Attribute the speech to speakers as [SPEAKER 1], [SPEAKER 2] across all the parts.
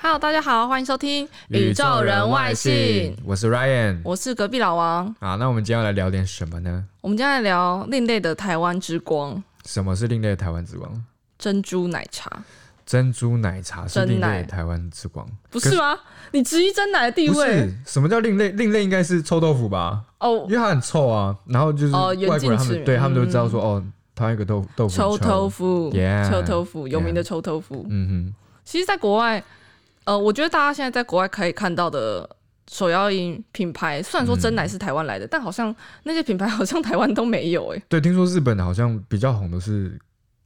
[SPEAKER 1] Hello，大家好，欢迎收听《宇宙人外信》，
[SPEAKER 2] 我是 Ryan。
[SPEAKER 1] 我是隔壁老王。
[SPEAKER 2] 啊，那我们今天要来聊点什么呢？
[SPEAKER 1] 我们今天来聊另类的台湾之光
[SPEAKER 2] 什么是另类的台湾之光？
[SPEAKER 1] ——珍珠奶茶，
[SPEAKER 2] 珍珠奶茶是
[SPEAKER 1] 真
[SPEAKER 2] 另
[SPEAKER 1] 奶
[SPEAKER 2] 类的台湾之光，
[SPEAKER 1] 不
[SPEAKER 2] 可
[SPEAKER 1] 是吗？你质疑真奶的地
[SPEAKER 2] 不
[SPEAKER 1] 位
[SPEAKER 2] 是什么叫另类？另类应该是臭豆腐吧，
[SPEAKER 1] 哦
[SPEAKER 2] 因为？它很臭啊。然后就是
[SPEAKER 1] 哦
[SPEAKER 2] 外国人他
[SPEAKER 1] 远近驰
[SPEAKER 2] 们、
[SPEAKER 1] 名
[SPEAKER 2] 对他们都知道说，哦，台湾有个豆豆腐
[SPEAKER 1] 臭豆
[SPEAKER 2] 腐。
[SPEAKER 1] 腐，
[SPEAKER 2] Yeah，
[SPEAKER 1] 臭豆腐，有名的
[SPEAKER 2] yeah
[SPEAKER 1] 臭豆腐。
[SPEAKER 2] 嗯
[SPEAKER 1] 其实，在国外，呃，我觉得大家现在在国外可以看到的手摇饮品牌，虽然说真奶
[SPEAKER 2] 嗯
[SPEAKER 1] 是台湾来的，但好像那些品牌好像台湾都没有哎、
[SPEAKER 2] 哼，对，听说日本好像比较红的是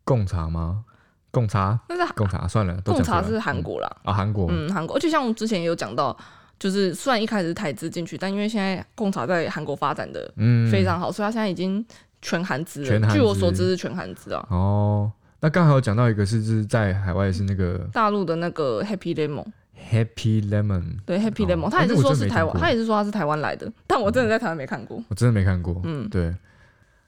[SPEAKER 2] 贡茶吗？贡茶，
[SPEAKER 1] 但是
[SPEAKER 2] 贡茶算了，都
[SPEAKER 1] 贡
[SPEAKER 2] 讲出来
[SPEAKER 1] 茶是韩国啦，
[SPEAKER 2] 嗯啊，韩国、
[SPEAKER 1] 嗯，韩国，而且像我们之前也有讲到，就是虽然一开始是台资进去，但因为现在贡茶在韩国发展的
[SPEAKER 2] 嗯
[SPEAKER 1] 非常好，所以它现在已经全韩资
[SPEAKER 2] 全
[SPEAKER 1] 了。
[SPEAKER 2] 韩资
[SPEAKER 1] 据我所知是全韩资啊。
[SPEAKER 2] 哦。那刚好有讲到一个是是在海外是那个
[SPEAKER 1] 大陆的那个 Happy Lemon，
[SPEAKER 2] Happy Lemon，
[SPEAKER 1] 对 Happy
[SPEAKER 2] 哦
[SPEAKER 1] Lemon，、他也是
[SPEAKER 2] 那我
[SPEAKER 1] 说
[SPEAKER 2] 真
[SPEAKER 1] 是
[SPEAKER 2] 没
[SPEAKER 1] 台湾，
[SPEAKER 2] 听过哦
[SPEAKER 1] 他也是说他是台湾来的，但我真的在台湾没看过。
[SPEAKER 2] 我真的没看过。
[SPEAKER 1] 嗯
[SPEAKER 2] 对。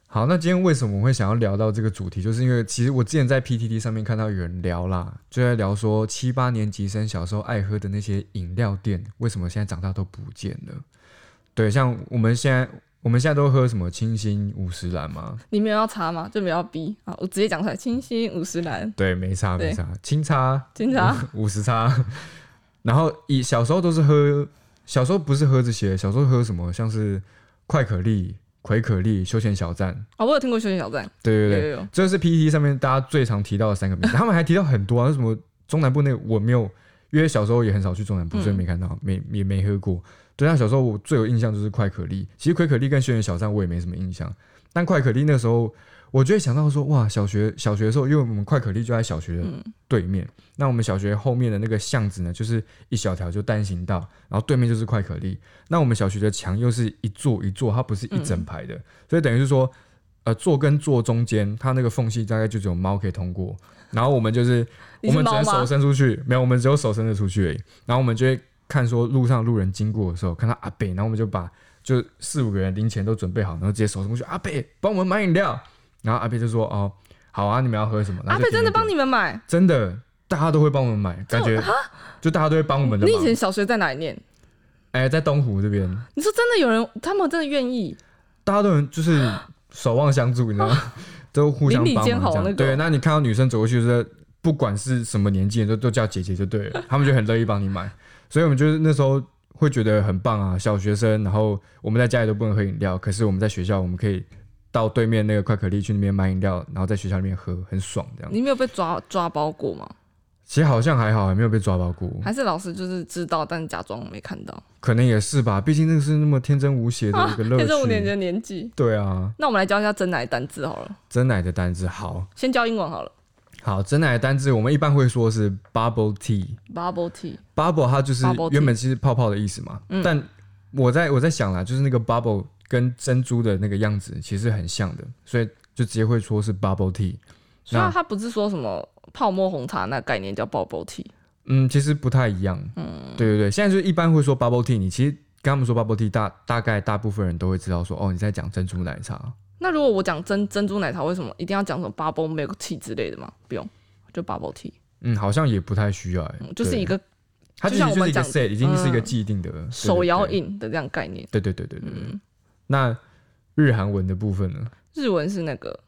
[SPEAKER 2] 好，那今天为什么我会想要聊到这个主题？就是因为其实我之前在 PTT 上面看到有人聊啦，就在聊说七八年级生小时候爱喝的那些饮料店，为什么现在长大都不见了？对，像我们现在我们现在都喝什么清新五十兰嘛？
[SPEAKER 1] 你没有要查吗？就没有要逼啊！我直接讲出来，清新五十岚，
[SPEAKER 2] 对，没差
[SPEAKER 1] 对
[SPEAKER 2] 没差，清差
[SPEAKER 1] 警察
[SPEAKER 2] 五十差。然后以小时候都是喝，小时候不是喝这些，小时候喝什么像是快可丽、葵可丽、休闲小站，
[SPEAKER 1] 哦，我有听过休闲小站，
[SPEAKER 2] 对对
[SPEAKER 1] 有
[SPEAKER 2] 对，
[SPEAKER 1] 有有，
[SPEAKER 2] 这是 PPT 上面大家最常提到的三个名字，他们还提到很多啊，什么中南部那个我没有，因为小时候也很少去中南部，
[SPEAKER 1] 嗯
[SPEAKER 2] 所以没看到，没也没喝过。对，啊那小时候我最有印象就是快可丽，其实快可丽跟轩辕小站我也没什么印象，但快可丽那时候我就会想到说，哇，小学小学的时候，因为我们快可丽就在小学的
[SPEAKER 1] 嗯
[SPEAKER 2] 对面，那我们小学后面的那个巷子呢，就是一小条就单行道，然后对面就是快可丽。那我们小学的墙又是一座一座，它不是一整排
[SPEAKER 1] 嗯
[SPEAKER 2] 的，所以等于是说，呃，座跟座中间，它那个缝隙大概就只有猫可以通过。然后我们就是
[SPEAKER 1] 你
[SPEAKER 2] 我
[SPEAKER 1] 是
[SPEAKER 2] 们只
[SPEAKER 1] 猫
[SPEAKER 2] 能
[SPEAKER 1] 吗
[SPEAKER 2] 手？伸出去，没有，我们只有手伸得出去而已。然后我们就会看说路上路人经过的时候，看到阿北，然后我们就把就四五个人零钱都准备好，然后直接手伸过去，阿北帮我们买饮料。然后阿北就说：“哦，好啊，你们要喝什么？”然
[SPEAKER 1] 阿
[SPEAKER 2] 后就
[SPEAKER 1] 贝真的
[SPEAKER 2] 点点
[SPEAKER 1] 帮你们买？
[SPEAKER 2] 点，真的，大家都会帮我们买，感觉就大家都会帮我们的
[SPEAKER 1] 啊你以
[SPEAKER 2] 忙。
[SPEAKER 1] 前小学在哪里念？
[SPEAKER 2] 哎，在东湖这边，
[SPEAKER 1] 你说真的有人，他们真的愿意？
[SPEAKER 2] 大家都很就是守望相助，你知道吗？ 都互相
[SPEAKER 1] 哦邻里
[SPEAKER 2] 帮
[SPEAKER 1] 间
[SPEAKER 2] 忙
[SPEAKER 1] 好
[SPEAKER 2] 这样
[SPEAKER 1] 那个
[SPEAKER 2] 对，那你看到女生走过去，就是不管是什么年纪，都都叫姐姐就对 了，他们就很乐意帮你买。所以我们就是那时候会觉得很棒啊，小学生，然后我们在家里都不能喝饮料，可是我们在学校我们可以到对面那个快可丽去那边买饮料，然后在学校里面喝，很爽这样。
[SPEAKER 1] 你没有被抓抓包过吗？
[SPEAKER 2] 其实好像还好，还没有被抓包过，
[SPEAKER 1] 还是老师就是知道，但假装没看到？
[SPEAKER 2] 可能也是吧，毕竟那个是那么天真无邪
[SPEAKER 1] 啊
[SPEAKER 2] 的一个乐
[SPEAKER 1] 这是五
[SPEAKER 2] 趣。
[SPEAKER 1] 年级的年纪。
[SPEAKER 2] 对啊，
[SPEAKER 1] 那我们来教一下真奶单字好了，
[SPEAKER 2] 真奶的单字好。
[SPEAKER 1] 先教英文好了
[SPEAKER 2] 好，真奶的单字我们一般会说是 bubble tea。
[SPEAKER 1] ，bubble tea。
[SPEAKER 2] bubble 它就是
[SPEAKER 1] Bubble tea
[SPEAKER 2] 原本其实泡泡的意思嘛，
[SPEAKER 1] 嗯
[SPEAKER 2] 但我在我在想啦，就是那个 bubble 跟珍珠的那个样子其实很像的，所以就直接会说是 bubble tea。
[SPEAKER 1] 所以
[SPEAKER 2] 那
[SPEAKER 1] 它不是说什么泡沫红茶那概念叫 bubble tea，
[SPEAKER 2] 嗯，其实不太一样。嗯，对对对，现在就是一般会说 bubble tea，你其实跟他们说 bubble tea，大大概大部分人都会知道说，哦，你在讲珍珠奶茶。
[SPEAKER 1] 那如果我讲珍珍珠奶茶，为什么一定要讲什么 bubble milk tea 之类的吗？不用，就 bubble tea，
[SPEAKER 2] 嗯，好像也不太需要、欸
[SPEAKER 1] 嗯就是一，
[SPEAKER 2] 对
[SPEAKER 1] 个
[SPEAKER 2] 它
[SPEAKER 1] 就
[SPEAKER 2] 其实
[SPEAKER 1] 像
[SPEAKER 2] 就是
[SPEAKER 1] 我们
[SPEAKER 2] 一个
[SPEAKER 1] 讲
[SPEAKER 2] set，已经是一个
[SPEAKER 1] 嗯
[SPEAKER 2] 既定的对对对
[SPEAKER 1] 手摇饮的这样概念。
[SPEAKER 2] 对对对对对对。
[SPEAKER 1] 嗯，
[SPEAKER 2] 那日韩文的部分呢？
[SPEAKER 1] 日文是那个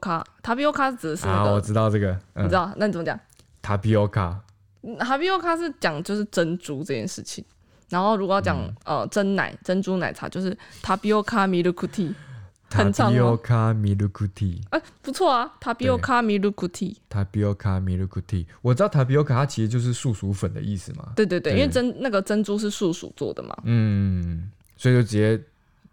[SPEAKER 1] tapioca，tapioca 指的是那
[SPEAKER 2] 啊，我
[SPEAKER 1] 个，
[SPEAKER 2] 知道这个，
[SPEAKER 1] 你
[SPEAKER 2] 嗯
[SPEAKER 1] 知，道？那你怎么讲？
[SPEAKER 2] 塔皮欧卡，
[SPEAKER 1] 嗯 tapioca 是讲就是珍珠这件事情。然后如果要讲、呃真奶珍珠奶茶，就是 tapioca milk tea，
[SPEAKER 2] 塔
[SPEAKER 1] 很哦长
[SPEAKER 2] 皮欧
[SPEAKER 1] 吗
[SPEAKER 2] 卡米鲁库蒂，
[SPEAKER 1] 哎、不错啊，tapioca milk tea，
[SPEAKER 2] 塔皮欧卡米鲁库蒂。我知道塔皮欧卡它其实就是素薯粉的意思嘛，
[SPEAKER 1] 对对对，因为
[SPEAKER 2] 对
[SPEAKER 1] 珍那个珍珠是素薯做的嘛，
[SPEAKER 2] 嗯，所以就直接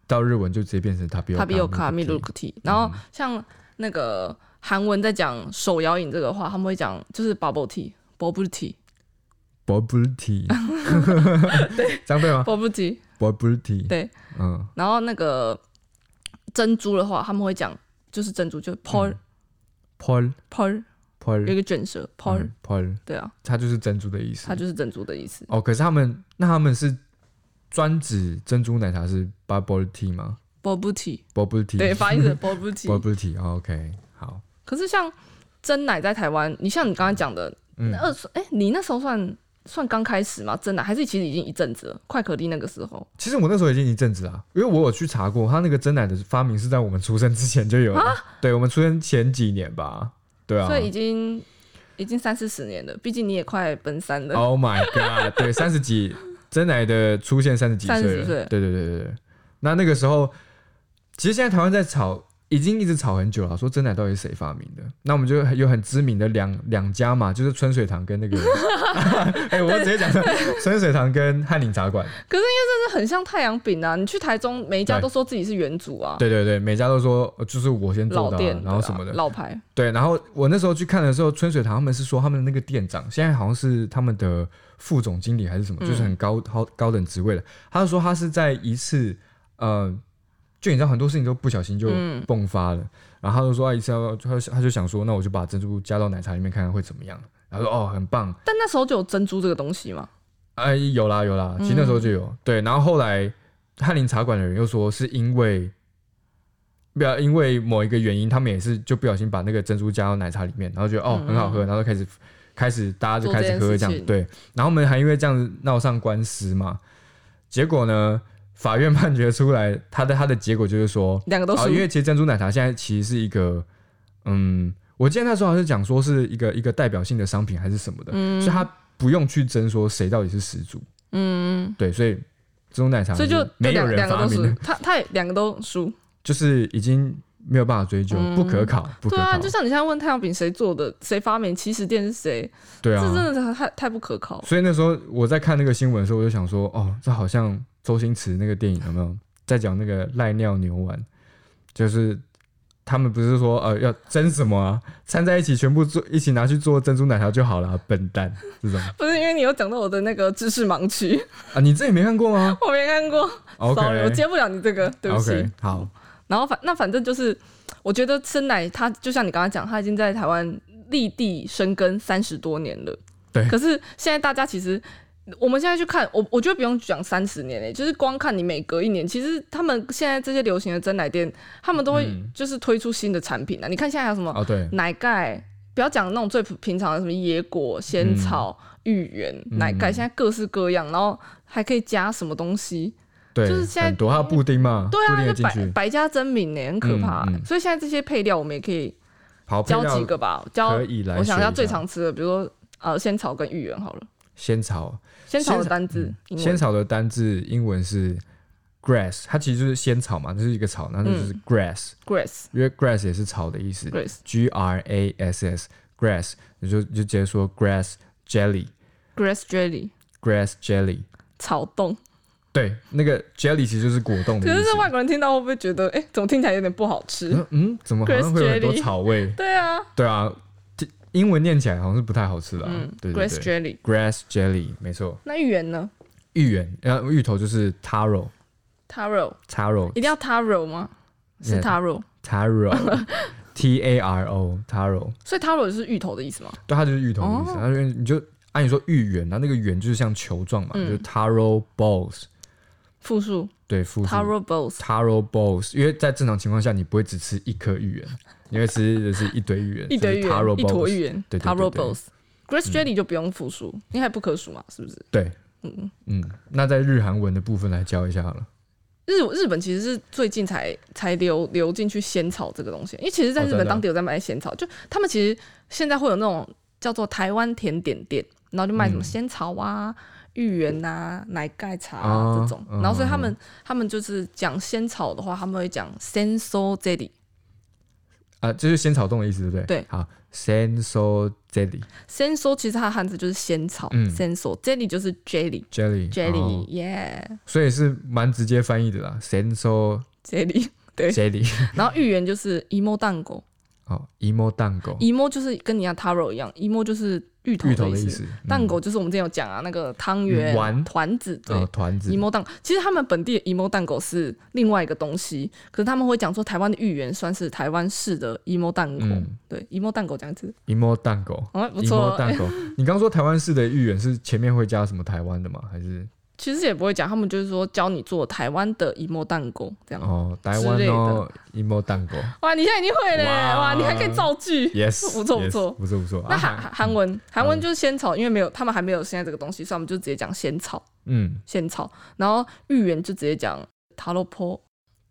[SPEAKER 2] 到日文就直接变成 tapioca
[SPEAKER 1] 塔比有卡米
[SPEAKER 2] milk
[SPEAKER 1] 鲁嗯
[SPEAKER 2] tea
[SPEAKER 1] 克提。然后像那个韩文在讲手摇饮这个话，他们会讲就是 bubble tea，bubble tea，bubble
[SPEAKER 2] bubble tea，这样对吗
[SPEAKER 1] tea。
[SPEAKER 2] ？bubble tea，
[SPEAKER 1] 对，
[SPEAKER 2] 嗯
[SPEAKER 1] 然后那个珍珠的话，他们会讲就是珍珠，就 pearl、
[SPEAKER 2] ，pearl
[SPEAKER 1] pearl 有一
[SPEAKER 2] pearl
[SPEAKER 1] 个卷舌 pearl，、
[SPEAKER 2] 嗯 pearl，
[SPEAKER 1] 对啊，
[SPEAKER 2] 它就是珍珠的意思
[SPEAKER 1] 它。就是珍珠的意思。
[SPEAKER 2] 哦，可是他们那他们是专指珍珠奶茶是 bubble tea 吗
[SPEAKER 1] bubble tea，
[SPEAKER 2] ？bubble tea，
[SPEAKER 1] 对，发音是 bubble tea。
[SPEAKER 2] bubble 哦 tea，OK，好，
[SPEAKER 1] 可是像真奶在台湾，你像你刚刚讲的，
[SPEAKER 2] 嗯
[SPEAKER 1] 那二十哎、你那时候算算刚开始吗？真奶还是其实已经一阵子了，快可丽那个时候
[SPEAKER 2] 其实我那时候已经一阵子啊，因为我有去查过，它那个真奶的发明是在我们出生之前就有了，对我们出生前几年吧，对啊
[SPEAKER 1] 啊所。以已经已经三四十年了，毕竟你也快奔三了。
[SPEAKER 2] Oh my god！对，三十几真奶的出现三十几岁
[SPEAKER 1] 30
[SPEAKER 2] 了，
[SPEAKER 1] 几岁
[SPEAKER 2] 对对对对对。那那个时候，其实现在台湾在吵，已经一直吵很久了，说真奶到底是谁发明的？那我们就很有很知名的两两家嘛，就是春水堂跟那个， 哎、我直接讲成春水堂跟翰林茶馆，
[SPEAKER 1] 真的很像太阳饼啊！你去台中，每一家
[SPEAKER 2] 对
[SPEAKER 1] 都说自己是原主啊，
[SPEAKER 2] 对对对，每家都说呃就是我先做
[SPEAKER 1] 老
[SPEAKER 2] 的啊、
[SPEAKER 1] 店、
[SPEAKER 2] 然后什么的，
[SPEAKER 1] 老牌，
[SPEAKER 2] 对，然后我那时候去看的时候，春水堂他们是说他们的那个店长现在好像是他们的副总经理还是什么，
[SPEAKER 1] 嗯
[SPEAKER 2] 就是很高高高等职位的。他就说他是在一次呃，就你知道很多事情都不小心就
[SPEAKER 1] 嗯
[SPEAKER 2] 迸发了，然后他就说啊一次要他就他就想说那我就把珍珠加到奶茶里面看看会怎么样。然后说哦很棒，
[SPEAKER 1] 但那时候就有珍珠这个东西嘛，
[SPEAKER 2] 哎有啦有
[SPEAKER 1] 嗯
[SPEAKER 2] 啦，其实那时候就有、对，然后后来翰林茶馆的人又说是因为。不要因为某一个原因，他们也是就不小心把那个珍珠加到奶茶里面，然后觉得哦
[SPEAKER 1] 嗯
[SPEAKER 2] 很好喝，然后就开始开始大家就
[SPEAKER 1] 做
[SPEAKER 2] 开
[SPEAKER 1] 这
[SPEAKER 2] 始
[SPEAKER 1] 件
[SPEAKER 2] 喝
[SPEAKER 1] 事
[SPEAKER 2] 这样
[SPEAKER 1] 情
[SPEAKER 2] 对，然后我们还因为这样子闹上官司嘛，结果呢，法院判决出来，他的他的结果就是说，
[SPEAKER 1] 两个都
[SPEAKER 2] 啊，
[SPEAKER 1] 属
[SPEAKER 2] 因
[SPEAKER 1] 于
[SPEAKER 2] 为其实珍珠奶茶现在其实是一个，嗯，我记得那时候好像是讲说是一个一个代表性的商品还是什么的，所以它不用去争说谁到底是始祖，
[SPEAKER 1] 嗯，
[SPEAKER 2] 对，所以珍珠奶茶
[SPEAKER 1] 所以就
[SPEAKER 2] 还
[SPEAKER 1] 就是
[SPEAKER 2] 没有
[SPEAKER 1] 两
[SPEAKER 2] 人
[SPEAKER 1] 两个
[SPEAKER 2] 发
[SPEAKER 1] 都
[SPEAKER 2] 明
[SPEAKER 1] 输
[SPEAKER 2] 的，，
[SPEAKER 1] 他他也两个都输，
[SPEAKER 2] 就是已经没有办法追究，
[SPEAKER 1] 嗯
[SPEAKER 2] 不可考，不可
[SPEAKER 1] 对
[SPEAKER 2] 考，
[SPEAKER 1] 啊，就像你现在问太阳饼谁做的，谁发明起始店是谁，
[SPEAKER 2] 对
[SPEAKER 1] 这
[SPEAKER 2] 啊，
[SPEAKER 1] 真的是太太不可靠了。
[SPEAKER 2] 所以那时候我在看那个新闻的时候，我就想说，哦，这好像周星驰那个电影有没有 在讲那个赖尿牛丸？就是他们不是说呃要蒸什么啊，掺在一起全部做一起拿去做珍珠奶茶就好了啊、笨蛋这种
[SPEAKER 1] 不是因为你有讲到我的那个知识盲区，
[SPEAKER 2] 啊，你这也没看过吗
[SPEAKER 1] 我没看过，sorry，我
[SPEAKER 2] ？OK
[SPEAKER 1] 接不了你这个，对不起。
[SPEAKER 2] OK，好，
[SPEAKER 1] 然后反那反正就是，我觉得生奶它就像你刚刚讲，它已经在台湾立地生根三十多年了。
[SPEAKER 2] 对
[SPEAKER 1] 可是现在大家其实，我们现在去看，我我觉得不用讲三十年诶、欸就是光看你每隔一年，其实他们现在这些流行的真奶店，他们都会
[SPEAKER 2] 嗯
[SPEAKER 1] 就是推出新的产品啊。你看现在还有什么
[SPEAKER 2] 哦对，
[SPEAKER 1] 奶盖，不要讲那种最平常的什么野果、仙草、芋圆、奶盖，现在各式各样，然后还可以加什么东西。
[SPEAKER 2] 对，
[SPEAKER 1] 就是现在
[SPEAKER 2] 很多还有布丁嘛，
[SPEAKER 1] 对
[SPEAKER 2] 布
[SPEAKER 1] 啊，
[SPEAKER 2] 丁也
[SPEAKER 1] 就
[SPEAKER 2] 进
[SPEAKER 1] 百
[SPEAKER 2] 去，
[SPEAKER 1] 百家争鸣呢、很可怕欸、
[SPEAKER 2] 嗯嗯
[SPEAKER 1] 所以现在这些配料我们也可以
[SPEAKER 2] 好，配
[SPEAKER 1] 教
[SPEAKER 2] 料
[SPEAKER 1] 几个吧，教
[SPEAKER 2] 可以来学
[SPEAKER 1] 我
[SPEAKER 2] 一下，
[SPEAKER 1] 想要最常吃的，比如说呃仙草跟芋圆好了。
[SPEAKER 2] 仙草，
[SPEAKER 1] 仙草
[SPEAKER 2] 仙
[SPEAKER 1] 的
[SPEAKER 2] 草
[SPEAKER 1] 单字，英文
[SPEAKER 2] 嗯仙草的单字英文是 grass，它其实就是仙草嘛，这是一个草，那就是
[SPEAKER 1] 嗯
[SPEAKER 2] grass。
[SPEAKER 1] grass
[SPEAKER 2] 因为 grass 也是草的意思
[SPEAKER 1] grass
[SPEAKER 2] ，G R A S S grass，你就你就直接说 grass
[SPEAKER 1] grass
[SPEAKER 2] jelly，grass
[SPEAKER 1] jelly
[SPEAKER 2] jelly。
[SPEAKER 1] 草冻。
[SPEAKER 2] 对，那个 jelly 其实就是果冻的
[SPEAKER 1] 可
[SPEAKER 2] 意
[SPEAKER 1] 是这
[SPEAKER 2] 思。
[SPEAKER 1] 外国人听到会不会觉得，哎、怎么听起来有点不好吃？
[SPEAKER 2] 嗯嗯，怎么好
[SPEAKER 1] Grass
[SPEAKER 2] 像会有很多
[SPEAKER 1] jelly
[SPEAKER 2] 草味？
[SPEAKER 1] 对啊，
[SPEAKER 2] 对啊，这英文念起来好像是不太好吃的、啊。
[SPEAKER 1] 嗯
[SPEAKER 2] 对对
[SPEAKER 1] grass
[SPEAKER 2] 对
[SPEAKER 1] jelly。
[SPEAKER 2] ，grass jelly 没错。
[SPEAKER 1] 那芋圆呢
[SPEAKER 2] 芋圆，然后芋头就是 taro
[SPEAKER 1] ？taro
[SPEAKER 2] taro
[SPEAKER 1] 一定要 taro 吗？是
[SPEAKER 2] Yeah
[SPEAKER 1] taro，
[SPEAKER 2] taro t a r o taro，
[SPEAKER 1] 所以 taro 就是芋头的意思吗？
[SPEAKER 2] 对，它就是芋头的意思。
[SPEAKER 1] 哦
[SPEAKER 2] 它就你就按你说芋圆，然后那个圆就是像球状嘛，
[SPEAKER 1] 嗯
[SPEAKER 2] 就是 taro balls。
[SPEAKER 1] 复数
[SPEAKER 2] 对，复数
[SPEAKER 1] taro balls。
[SPEAKER 2] taro balls，因为在正常情况下，你不会只吃一颗芋圆，你会吃的是一堆芋圆，
[SPEAKER 1] 一堆芋
[SPEAKER 2] 所以是
[SPEAKER 1] 圆，
[SPEAKER 2] taro
[SPEAKER 1] 一坨
[SPEAKER 2] balls，
[SPEAKER 1] 芋圆
[SPEAKER 2] 对对对
[SPEAKER 1] ，Taro
[SPEAKER 2] 对嗯
[SPEAKER 1] Balls。Grace Jelly 就不用复数，因为还不可数嘛，是不是？
[SPEAKER 2] 对，嗯嗯。那在日韩文的部分来教一下好了。
[SPEAKER 1] 日日本其实是最近才才流流进去仙草这个东西，因为其实在
[SPEAKER 2] 哦
[SPEAKER 1] 日
[SPEAKER 2] 真
[SPEAKER 1] 本
[SPEAKER 2] 的
[SPEAKER 1] 当地有在卖仙
[SPEAKER 2] 哦
[SPEAKER 1] 草，就他们其实现在会有那种叫做台湾甜点店，然后就卖什么
[SPEAKER 2] 嗯
[SPEAKER 1] 仙草啊、芋圆啊、奶盖茶
[SPEAKER 2] 啊
[SPEAKER 1] 啊这种，
[SPEAKER 2] 嗯
[SPEAKER 1] 然后所以他们他们就是讲仙草的话，他们会讲 senso jelly，
[SPEAKER 2] 啊，这就是仙草冻的意思，对不对？
[SPEAKER 1] 对
[SPEAKER 2] 好，senso jelly
[SPEAKER 1] senso 其实它的汉字就是仙草、
[SPEAKER 2] 嗯
[SPEAKER 1] s e n s o jelly 就是 jelly。
[SPEAKER 2] jelly
[SPEAKER 1] Jelly，
[SPEAKER 2] 哦
[SPEAKER 1] 耶、
[SPEAKER 2] 所以是蛮直接翻译的啦，senso
[SPEAKER 1] jelly。对，
[SPEAKER 2] jelly
[SPEAKER 1] 然后芋圆就是 emo 蛋糕
[SPEAKER 2] 哦，emo 蛋狗，
[SPEAKER 1] ，emo 就是跟你家 taro 一样，emo 就是芋头
[SPEAKER 2] 芋头
[SPEAKER 1] 的
[SPEAKER 2] 的
[SPEAKER 1] 意
[SPEAKER 2] 意
[SPEAKER 1] 思，
[SPEAKER 2] 思，嗯
[SPEAKER 1] 蛋狗就是我们之前有讲啊，那个汤圆、
[SPEAKER 2] 丸
[SPEAKER 1] 团子，对、
[SPEAKER 2] 呃团子
[SPEAKER 1] emo 蛋。其实他们本地的 emo 蛋狗是另外一个东西，可是他们会讲说台湾的芋圆算是台湾式的 emo 蛋狗，
[SPEAKER 2] 嗯
[SPEAKER 1] 对，emo 蛋狗这样子，
[SPEAKER 2] emo 蛋狗
[SPEAKER 1] 哦，不错
[SPEAKER 2] ，emo
[SPEAKER 1] 哦。
[SPEAKER 2] 蛋狗。你刚说台湾式的芋圆是前面会加什么台湾的吗？还是
[SPEAKER 1] 其实也不会讲，他们就是说教你做台湾的 emo 蛋狗这样。
[SPEAKER 2] 哦台湾
[SPEAKER 1] 之类
[SPEAKER 2] 哦
[SPEAKER 1] 的
[SPEAKER 2] ，emo 蛋狗
[SPEAKER 1] 哇，你现在已经会了耶，
[SPEAKER 2] 哇
[SPEAKER 1] 哇，你还可以造句。
[SPEAKER 2] ，yes，
[SPEAKER 1] 不错
[SPEAKER 2] yes，
[SPEAKER 1] 不错
[SPEAKER 2] 不错不错。
[SPEAKER 1] 那
[SPEAKER 2] 啊
[SPEAKER 1] 韩韩韩文，韩文就是仙草，因为没有他们还没有现在这个东西，所以我们就直接讲仙草。
[SPEAKER 2] 嗯，
[SPEAKER 1] 仙草，然后芋圆就直接讲塔罗坡，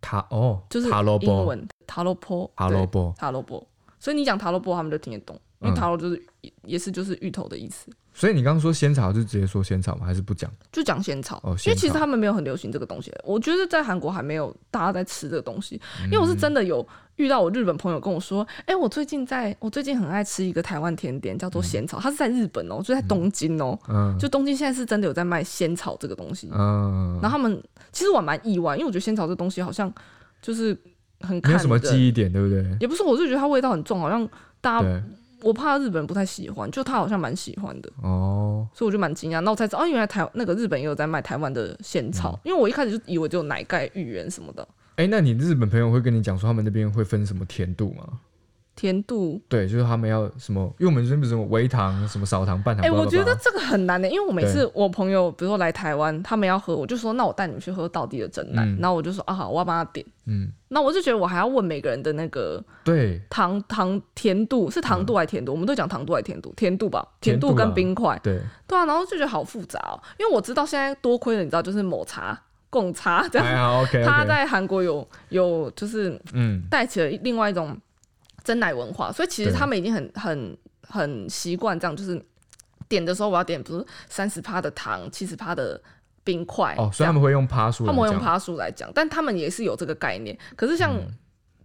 [SPEAKER 2] 塔哦，
[SPEAKER 1] 就是
[SPEAKER 2] 塔萝
[SPEAKER 1] 英
[SPEAKER 2] 卜，
[SPEAKER 1] 文塔罗坡，
[SPEAKER 2] 塔萝卜
[SPEAKER 1] 对，塔罗坡，所以你讲塔罗坡，他们就听得懂，因为
[SPEAKER 2] 嗯
[SPEAKER 1] 塔罗就是也是就是芋头的意思，
[SPEAKER 2] 所以你刚刚说仙草就直接说仙草吗？还是不讲？
[SPEAKER 1] 就讲仙草，
[SPEAKER 2] 哦仙草
[SPEAKER 1] 因为其实他们没有很流行这个东西，我觉得在韩国还没有大家在吃这个东西，
[SPEAKER 2] 嗯
[SPEAKER 1] 因为我是真的有。遇到我日本朋友跟我说，哎、我最近在，我最近很爱吃一个台湾甜点，叫做仙草，它是在日本哦、就在东京哦、
[SPEAKER 2] 嗯，
[SPEAKER 1] 就东京现在是真的有在卖仙草这个东西，
[SPEAKER 2] 嗯，
[SPEAKER 1] 然后他们其实我还蛮意外，因为我觉得仙草这东西好像就是很看
[SPEAKER 2] 没有什么
[SPEAKER 1] 人
[SPEAKER 2] 记忆点，对不对？
[SPEAKER 1] 也不是，我是觉得它味道很重，好像大家
[SPEAKER 2] 对，
[SPEAKER 1] 我怕日本人不太喜欢，就他好像蛮喜欢的，
[SPEAKER 2] 哦，
[SPEAKER 1] 所以我就蛮惊讶。那我才知道，哦，原来台那个日本也有在卖台湾的仙草，因为我一开始就以为只有奶盖、芋圆什么的，
[SPEAKER 2] 哎，那你日本朋友会跟你讲说他们那边会分什么甜度吗？
[SPEAKER 1] 甜度。
[SPEAKER 2] 对，就是他们要什么，因为我们这边什么微糖、什么少糖、半糖，
[SPEAKER 1] 哎、
[SPEAKER 2] blah blah
[SPEAKER 1] 我觉得
[SPEAKER 2] blah
[SPEAKER 1] 这个很难的、欸因为我每次我朋友比如说来台湾，他们要喝，我就说那我带你们去喝道地的真奶，
[SPEAKER 2] 嗯
[SPEAKER 1] 然后我就说啊好，我要帮他点。
[SPEAKER 2] 嗯，
[SPEAKER 1] 那我就觉得我还要问每个人的那个
[SPEAKER 2] 对，
[SPEAKER 1] 糖糖甜度是糖度还甜度？我们都讲糖度还甜度，甜度吧，
[SPEAKER 2] 甜
[SPEAKER 1] 嗯甜
[SPEAKER 2] 度
[SPEAKER 1] 度
[SPEAKER 2] 啦
[SPEAKER 1] 跟冰块，
[SPEAKER 2] 对，
[SPEAKER 1] 对啊，然后就觉得好复杂哦，因为我知道现在多亏了你知道，就是抹茶、贡茶这
[SPEAKER 2] 还
[SPEAKER 1] 样，
[SPEAKER 2] 好，OK，
[SPEAKER 1] 他在韩国有有就是
[SPEAKER 2] 嗯，
[SPEAKER 1] 带起了另外一种真奶文化，所以其实
[SPEAKER 2] 对
[SPEAKER 1] 他们已经很很很习惯这样，就是点的时候我要点，比如三十趴的糖，七十趴的冰块，
[SPEAKER 2] 哦，
[SPEAKER 1] 这
[SPEAKER 2] 所以他
[SPEAKER 1] 样
[SPEAKER 2] 们会用趴数来
[SPEAKER 1] 他
[SPEAKER 2] 讲，
[SPEAKER 1] 们会用爬树来讲，但他们也是有这个概念。可是像、
[SPEAKER 2] 嗯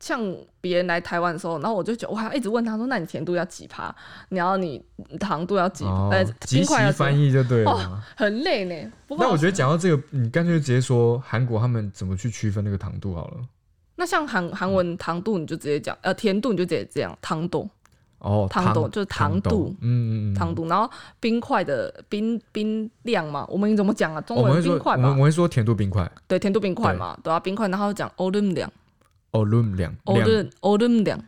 [SPEAKER 1] 像别人来台湾的时候，然后我就觉得我还要一直问他说：“那你甜度要几趴？你要你糖度要几？
[SPEAKER 2] 哦
[SPEAKER 1] 呃，，
[SPEAKER 2] 即
[SPEAKER 1] 冰
[SPEAKER 2] 席
[SPEAKER 1] 块要几
[SPEAKER 2] 翻译就对了
[SPEAKER 1] 哦
[SPEAKER 2] 嘛。
[SPEAKER 1] 很累呢。”不过
[SPEAKER 2] 那我觉得讲到这个，你干脆就直接说韩国他们怎么去区分那个糖度好了。
[SPEAKER 1] 那像韩韩文糖度你就直接讲，呃，甜度你就直接这样糖度
[SPEAKER 2] 哦，
[SPEAKER 1] 糖
[SPEAKER 2] 糖
[SPEAKER 1] 度就是糖度
[SPEAKER 2] 度，嗯嗯嗯，
[SPEAKER 1] 糖度，然后冰块的冰冰量嘛，我们怎么讲啊？中
[SPEAKER 2] 我们
[SPEAKER 1] 文
[SPEAKER 2] 会说
[SPEAKER 1] 冰，块
[SPEAKER 2] 我们我
[SPEAKER 1] 嘛
[SPEAKER 2] 们，会说甜度冰块
[SPEAKER 1] 对，甜度冰块嘛，对啊，冰块，然后讲 o l u m 量
[SPEAKER 2] o l u m 两
[SPEAKER 1] o l u m o l u m 量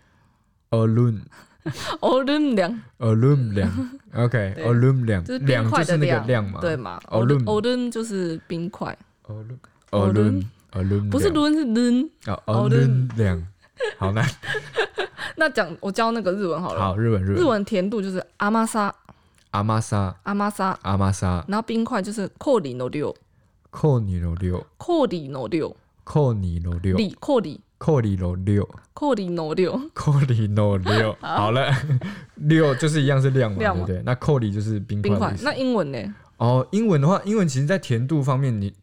[SPEAKER 2] o l u m
[SPEAKER 1] o l u m 量，
[SPEAKER 2] o l u m 两，OK
[SPEAKER 1] 对
[SPEAKER 2] o l u m 两，
[SPEAKER 1] 就是冰
[SPEAKER 2] 两
[SPEAKER 1] 块
[SPEAKER 2] 就
[SPEAKER 1] 的
[SPEAKER 2] 是那个
[SPEAKER 1] 量
[SPEAKER 2] 量嘛，
[SPEAKER 1] 对嘛 o l u
[SPEAKER 2] Olum
[SPEAKER 1] m o l u m 就是冰块。
[SPEAKER 2] o l u m o
[SPEAKER 1] Olum
[SPEAKER 2] l u m o l u m
[SPEAKER 1] 不是抡是抡。
[SPEAKER 2] o l u m 两，哦好难，
[SPEAKER 1] 那讲我教那个日 文好了，
[SPEAKER 2] 好日文日
[SPEAKER 1] 日文甜度就是阿玛莎
[SPEAKER 2] 阿玛莎
[SPEAKER 1] 阿玛莎，
[SPEAKER 2] 阿玛莎
[SPEAKER 1] 然后冰块就是扣里诺六
[SPEAKER 2] 扣你楼六
[SPEAKER 1] 扣里诺六
[SPEAKER 2] 扣你楼六
[SPEAKER 1] 里扣里
[SPEAKER 2] 扣你楼六
[SPEAKER 1] 扣里诺六，
[SPEAKER 2] 扣里楼六，好了， 六就是一样是量嘛，
[SPEAKER 1] 量
[SPEAKER 2] 对
[SPEAKER 1] 嘛
[SPEAKER 2] 不对？那扣里就是冰
[SPEAKER 1] 冰
[SPEAKER 2] 块
[SPEAKER 1] 块
[SPEAKER 2] 的意。思
[SPEAKER 1] 那英文呢？
[SPEAKER 2] 哦，英文的话，英文其实在甜度方面，你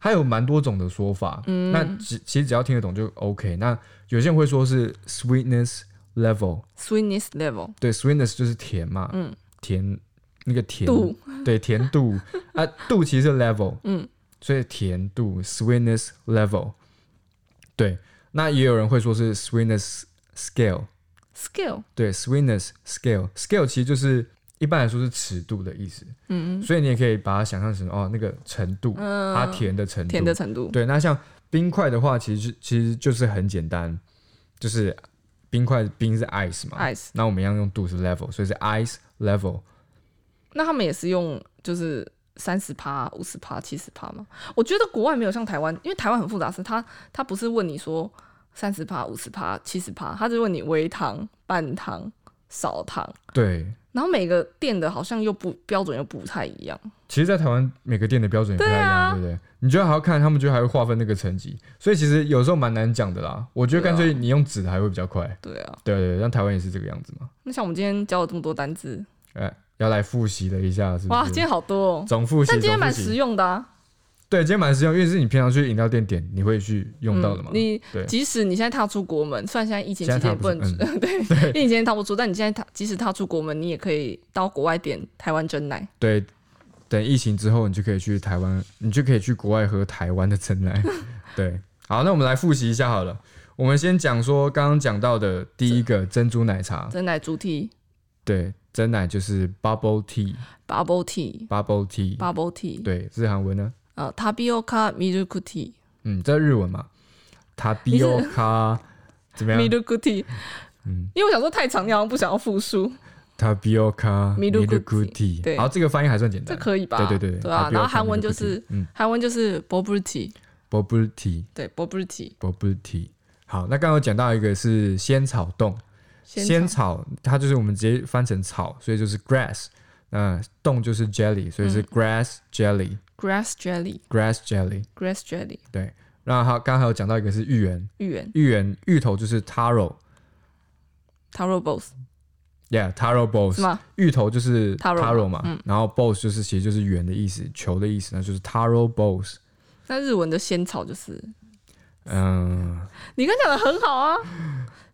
[SPEAKER 2] 它有蛮多种的说法。
[SPEAKER 1] 嗯
[SPEAKER 2] 那其其实只要听得懂就 OK。那有些人会说是 sweetness level，
[SPEAKER 1] ？Sweetness level
[SPEAKER 2] 对，sweetness 就是甜嘛，
[SPEAKER 1] 嗯，
[SPEAKER 2] 甜那个甜
[SPEAKER 1] 度，
[SPEAKER 2] 对，甜度啊，度其实是 level，
[SPEAKER 1] 嗯，
[SPEAKER 2] 所以甜度 sweetness level，对。那也有人会说是 sweetness scale，
[SPEAKER 1] scale
[SPEAKER 2] 对，sweetness scale scale 其实就是一般来说是尺度的意思，
[SPEAKER 1] 嗯
[SPEAKER 2] 所以你也可以把它想象成哦那个程度，
[SPEAKER 1] 嗯，
[SPEAKER 2] 它甜的程度。
[SPEAKER 1] 甜的程度，
[SPEAKER 2] 对，那像冰块的话，其实其实就是很简单，就是冰块冰是 ice 嘛
[SPEAKER 1] ice
[SPEAKER 2] 那我们一样用度是 level，所以是 ice level。
[SPEAKER 1] 那他们也是用就是三十趴、五十趴、七十趴嘛。我觉得国外没有像台湾，因为台湾很复杂，是他他不是问你说三十趴、五十趴、七十趴，他是问你微糖、半糖、少糖，
[SPEAKER 2] 对，
[SPEAKER 1] 然后每个店的好像又不标准又不太一样。
[SPEAKER 2] 其实，在台湾每个店的标准也不太一
[SPEAKER 1] 啊
[SPEAKER 2] 样，对,、不对？你觉得还要看他们，就还会划分那个层级，所以其实有时候蛮难讲的啦。我觉得干
[SPEAKER 1] 啊
[SPEAKER 2] 脆你用纸的还会比较快。
[SPEAKER 1] 对啊，
[SPEAKER 2] 对对对，像台湾也是这个样子嘛。
[SPEAKER 1] 那像我们今天教了这么多单字，
[SPEAKER 2] 哎，要来复习了一下，是不是？
[SPEAKER 1] 哇，今天好多哦。
[SPEAKER 2] 总复习，
[SPEAKER 1] 但今天
[SPEAKER 2] 总复
[SPEAKER 1] 蛮
[SPEAKER 2] 习
[SPEAKER 1] 实用的啊，
[SPEAKER 2] 对，今天蛮实用，因为是你平常去饮料店点你会去用到的嘛。
[SPEAKER 1] 嗯你
[SPEAKER 2] 对
[SPEAKER 1] 即使你现在踏出国门，虽然现在疫情期
[SPEAKER 2] 现在
[SPEAKER 1] 间
[SPEAKER 2] 踏
[SPEAKER 1] 也
[SPEAKER 2] 不
[SPEAKER 1] 不能
[SPEAKER 2] 出嗯
[SPEAKER 1] 出， 对，因为你今天踏不出，但你现在踏即使踏出国门，你也可以到国外点台湾真奶。
[SPEAKER 2] 对，等疫情之后，你就可以去台湾，你就可以去国外喝台湾的 真奶。对，好，那我们来复习一下好了。我们先讲说刚刚讲到的第一个珍珠奶茶，
[SPEAKER 1] 真奶主题
[SPEAKER 2] 对，真奶就是 bubble tea，bubble
[SPEAKER 1] bubble tea
[SPEAKER 2] tea，,
[SPEAKER 1] bubble tea，
[SPEAKER 2] 对，日韩文呢，
[SPEAKER 1] 呃，tapioca milk tea
[SPEAKER 2] 嗯，这日文嘛，tapioca 怎么样
[SPEAKER 1] milk tea，
[SPEAKER 2] 啊嗯
[SPEAKER 1] 因为我想说太长，你好像不想要复述，
[SPEAKER 2] ？tapioca
[SPEAKER 1] Miruku
[SPEAKER 2] tea，
[SPEAKER 1] 对
[SPEAKER 2] 好，这个发音还算简
[SPEAKER 1] 这
[SPEAKER 2] 单，
[SPEAKER 1] 可以吧？
[SPEAKER 2] 对对对，
[SPEAKER 1] 对啊。然后
[SPEAKER 2] tapioca
[SPEAKER 1] 韩文
[SPEAKER 2] miruku
[SPEAKER 1] 就
[SPEAKER 2] tea，
[SPEAKER 1] 是
[SPEAKER 2] 嗯
[SPEAKER 1] 韩文就是 bubble tea，
[SPEAKER 2] ，bubble tea，
[SPEAKER 1] 对 bubble tea，
[SPEAKER 2] bubble tea。好，那刚刚有讲到一个是仙草冻，
[SPEAKER 1] 仙
[SPEAKER 2] 仙草它就是我们直接翻成草，所以就是 grass。那冻就是 jelly，所以
[SPEAKER 1] 嗯
[SPEAKER 2] 是 grass
[SPEAKER 1] grass
[SPEAKER 2] jelly，grass、
[SPEAKER 1] jelly
[SPEAKER 2] jelly。
[SPEAKER 1] grass jelly
[SPEAKER 2] 对，那它刚刚还有讲到一个是芋圆，
[SPEAKER 1] 芋圆
[SPEAKER 2] 芋圆芋头就是 taro，yeah
[SPEAKER 1] taro balls
[SPEAKER 2] taro
[SPEAKER 1] 是
[SPEAKER 2] balls，
[SPEAKER 1] 吗？
[SPEAKER 2] 芋头就是
[SPEAKER 1] taro 嗯嘛
[SPEAKER 2] taro 嘛，然后 balls 就是其实就是圆的意思，球的意思，那就是 taro balls。
[SPEAKER 1] 那日文的仙草就是
[SPEAKER 2] 嗯
[SPEAKER 1] 你刚讲的很好啊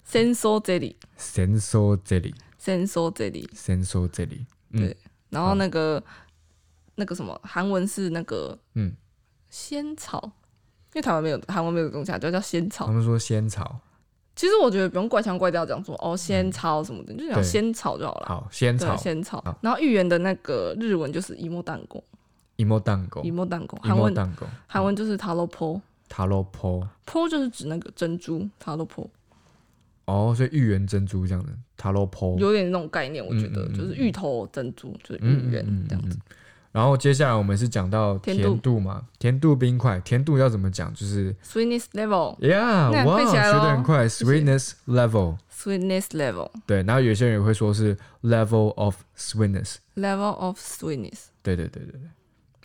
[SPEAKER 1] s e n s o jelly，senso
[SPEAKER 2] ，senso jelly，senso
[SPEAKER 1] jelly，
[SPEAKER 2] jelly，嗯
[SPEAKER 1] 对，然后那个那个什么韩文是那个
[SPEAKER 2] 嗯，
[SPEAKER 1] 仙草，因为台湾没有韩文没有这个东西啊，就叫仙
[SPEAKER 2] 他
[SPEAKER 1] 草。
[SPEAKER 2] 们说仙草，
[SPEAKER 1] 其实我觉得不用怪腔怪调讲说哦仙草什么的，你就讲
[SPEAKER 2] 嗯对
[SPEAKER 1] 仙草就好了。
[SPEAKER 2] 好，仙
[SPEAKER 1] 对，
[SPEAKER 2] 草
[SPEAKER 1] 仙草
[SPEAKER 2] 好。
[SPEAKER 1] 然后芋圆的那个日文就是一莫蛋果，
[SPEAKER 2] ，emo 蛋糕
[SPEAKER 1] 一莫蛋果。韩
[SPEAKER 2] ，emo
[SPEAKER 1] 文
[SPEAKER 2] 哦蛋糕
[SPEAKER 1] 韩文就是 taro po
[SPEAKER 2] ，taro po，
[SPEAKER 1] po 就是指那个珍珠 taro po，
[SPEAKER 2] 哦，所以芋圆珍珠这样的，taro po。
[SPEAKER 1] 有点那种概念，我觉得
[SPEAKER 2] 嗯嗯嗯
[SPEAKER 1] 就是芋头珍珠就是
[SPEAKER 2] 嗯
[SPEAKER 1] 芋圆这样子。
[SPEAKER 2] 然后接下来我们是讲到
[SPEAKER 1] 甜
[SPEAKER 2] 甜
[SPEAKER 1] 度
[SPEAKER 2] 度嘛，甜度冰块，甜度要怎么讲？就是。
[SPEAKER 1] sweetness level
[SPEAKER 2] Yeah，
[SPEAKER 1] 那
[SPEAKER 2] 哇，
[SPEAKER 1] 背
[SPEAKER 2] 学
[SPEAKER 1] 起来
[SPEAKER 2] 得
[SPEAKER 1] 咯
[SPEAKER 2] 很快，sweetness level，
[SPEAKER 1] sweetness level
[SPEAKER 2] 对，然后有些人也会说是 level of sweetness，
[SPEAKER 1] level of sweetness
[SPEAKER 2] 对对对对对。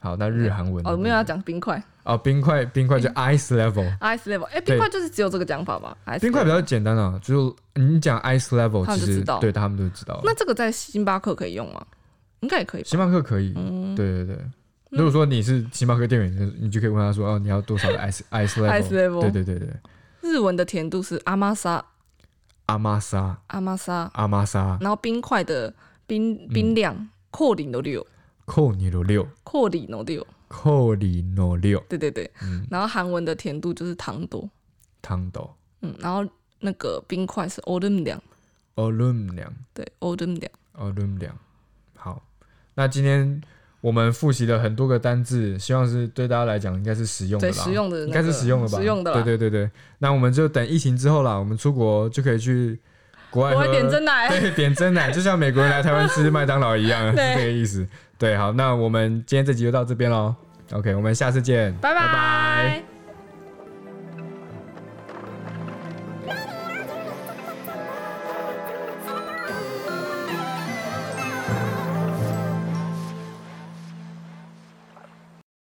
[SPEAKER 2] 好，那日韩文
[SPEAKER 1] 哦，没有哎要讲冰块
[SPEAKER 2] 哦，冰块冰块就 ice level，
[SPEAKER 1] ice level，哎，
[SPEAKER 2] 对
[SPEAKER 1] 冰块就是只有这个讲法吧？ice
[SPEAKER 2] 冰块
[SPEAKER 1] level
[SPEAKER 2] 比较简单啊，就是你讲 ice level，
[SPEAKER 1] 他们
[SPEAKER 2] 其
[SPEAKER 1] 就
[SPEAKER 2] 实
[SPEAKER 1] 知道
[SPEAKER 2] 对他们都知道。
[SPEAKER 1] 那这个在星巴克可以用吗？应该也可以吧。
[SPEAKER 2] 星巴克可以，
[SPEAKER 1] 嗯
[SPEAKER 2] 对对对。如果说你是星巴克店员，你就可以问他说：“哦，你要多少 的 ice ice
[SPEAKER 1] ice
[SPEAKER 2] level？”
[SPEAKER 1] level
[SPEAKER 2] 对对对对，
[SPEAKER 1] 日文的甜度是阿玛莎
[SPEAKER 2] 阿玛莎
[SPEAKER 1] 阿玛莎，
[SPEAKER 2] 阿玛莎
[SPEAKER 1] 然后冰块的冰
[SPEAKER 2] 嗯
[SPEAKER 1] 冰量扣零的六，
[SPEAKER 2] 扣你罗六
[SPEAKER 1] 扣零的六，
[SPEAKER 2] 扣你罗六
[SPEAKER 1] 对对对。
[SPEAKER 2] 嗯
[SPEAKER 1] 然后韩文的甜度就是糖多，
[SPEAKER 2] 糖豆
[SPEAKER 1] 嗯，然后那个冰块是 o l u m 量，
[SPEAKER 2] 奥伦两。
[SPEAKER 1] 对 o l u m 量，
[SPEAKER 2] 哦，论两。好，那今天我们复习了很多个单字，希望是对大家来讲应该是实用的
[SPEAKER 1] 对，
[SPEAKER 2] 啦，
[SPEAKER 1] 实用的那
[SPEAKER 2] 应
[SPEAKER 1] 个
[SPEAKER 2] 该是实用的吧？
[SPEAKER 1] 实用的啦。
[SPEAKER 2] 对对对对，那我们就等疫情之后啦，我们出国就可以去国外
[SPEAKER 1] 我
[SPEAKER 2] 喝
[SPEAKER 1] 会点 真奶，
[SPEAKER 2] 对，点真奶，就像美国人来台湾吃麦当劳 一样，是
[SPEAKER 1] 对
[SPEAKER 2] 这个意思。对，好，那我们今天这集就到这边喽。OK，我们下次见，
[SPEAKER 1] 拜拜。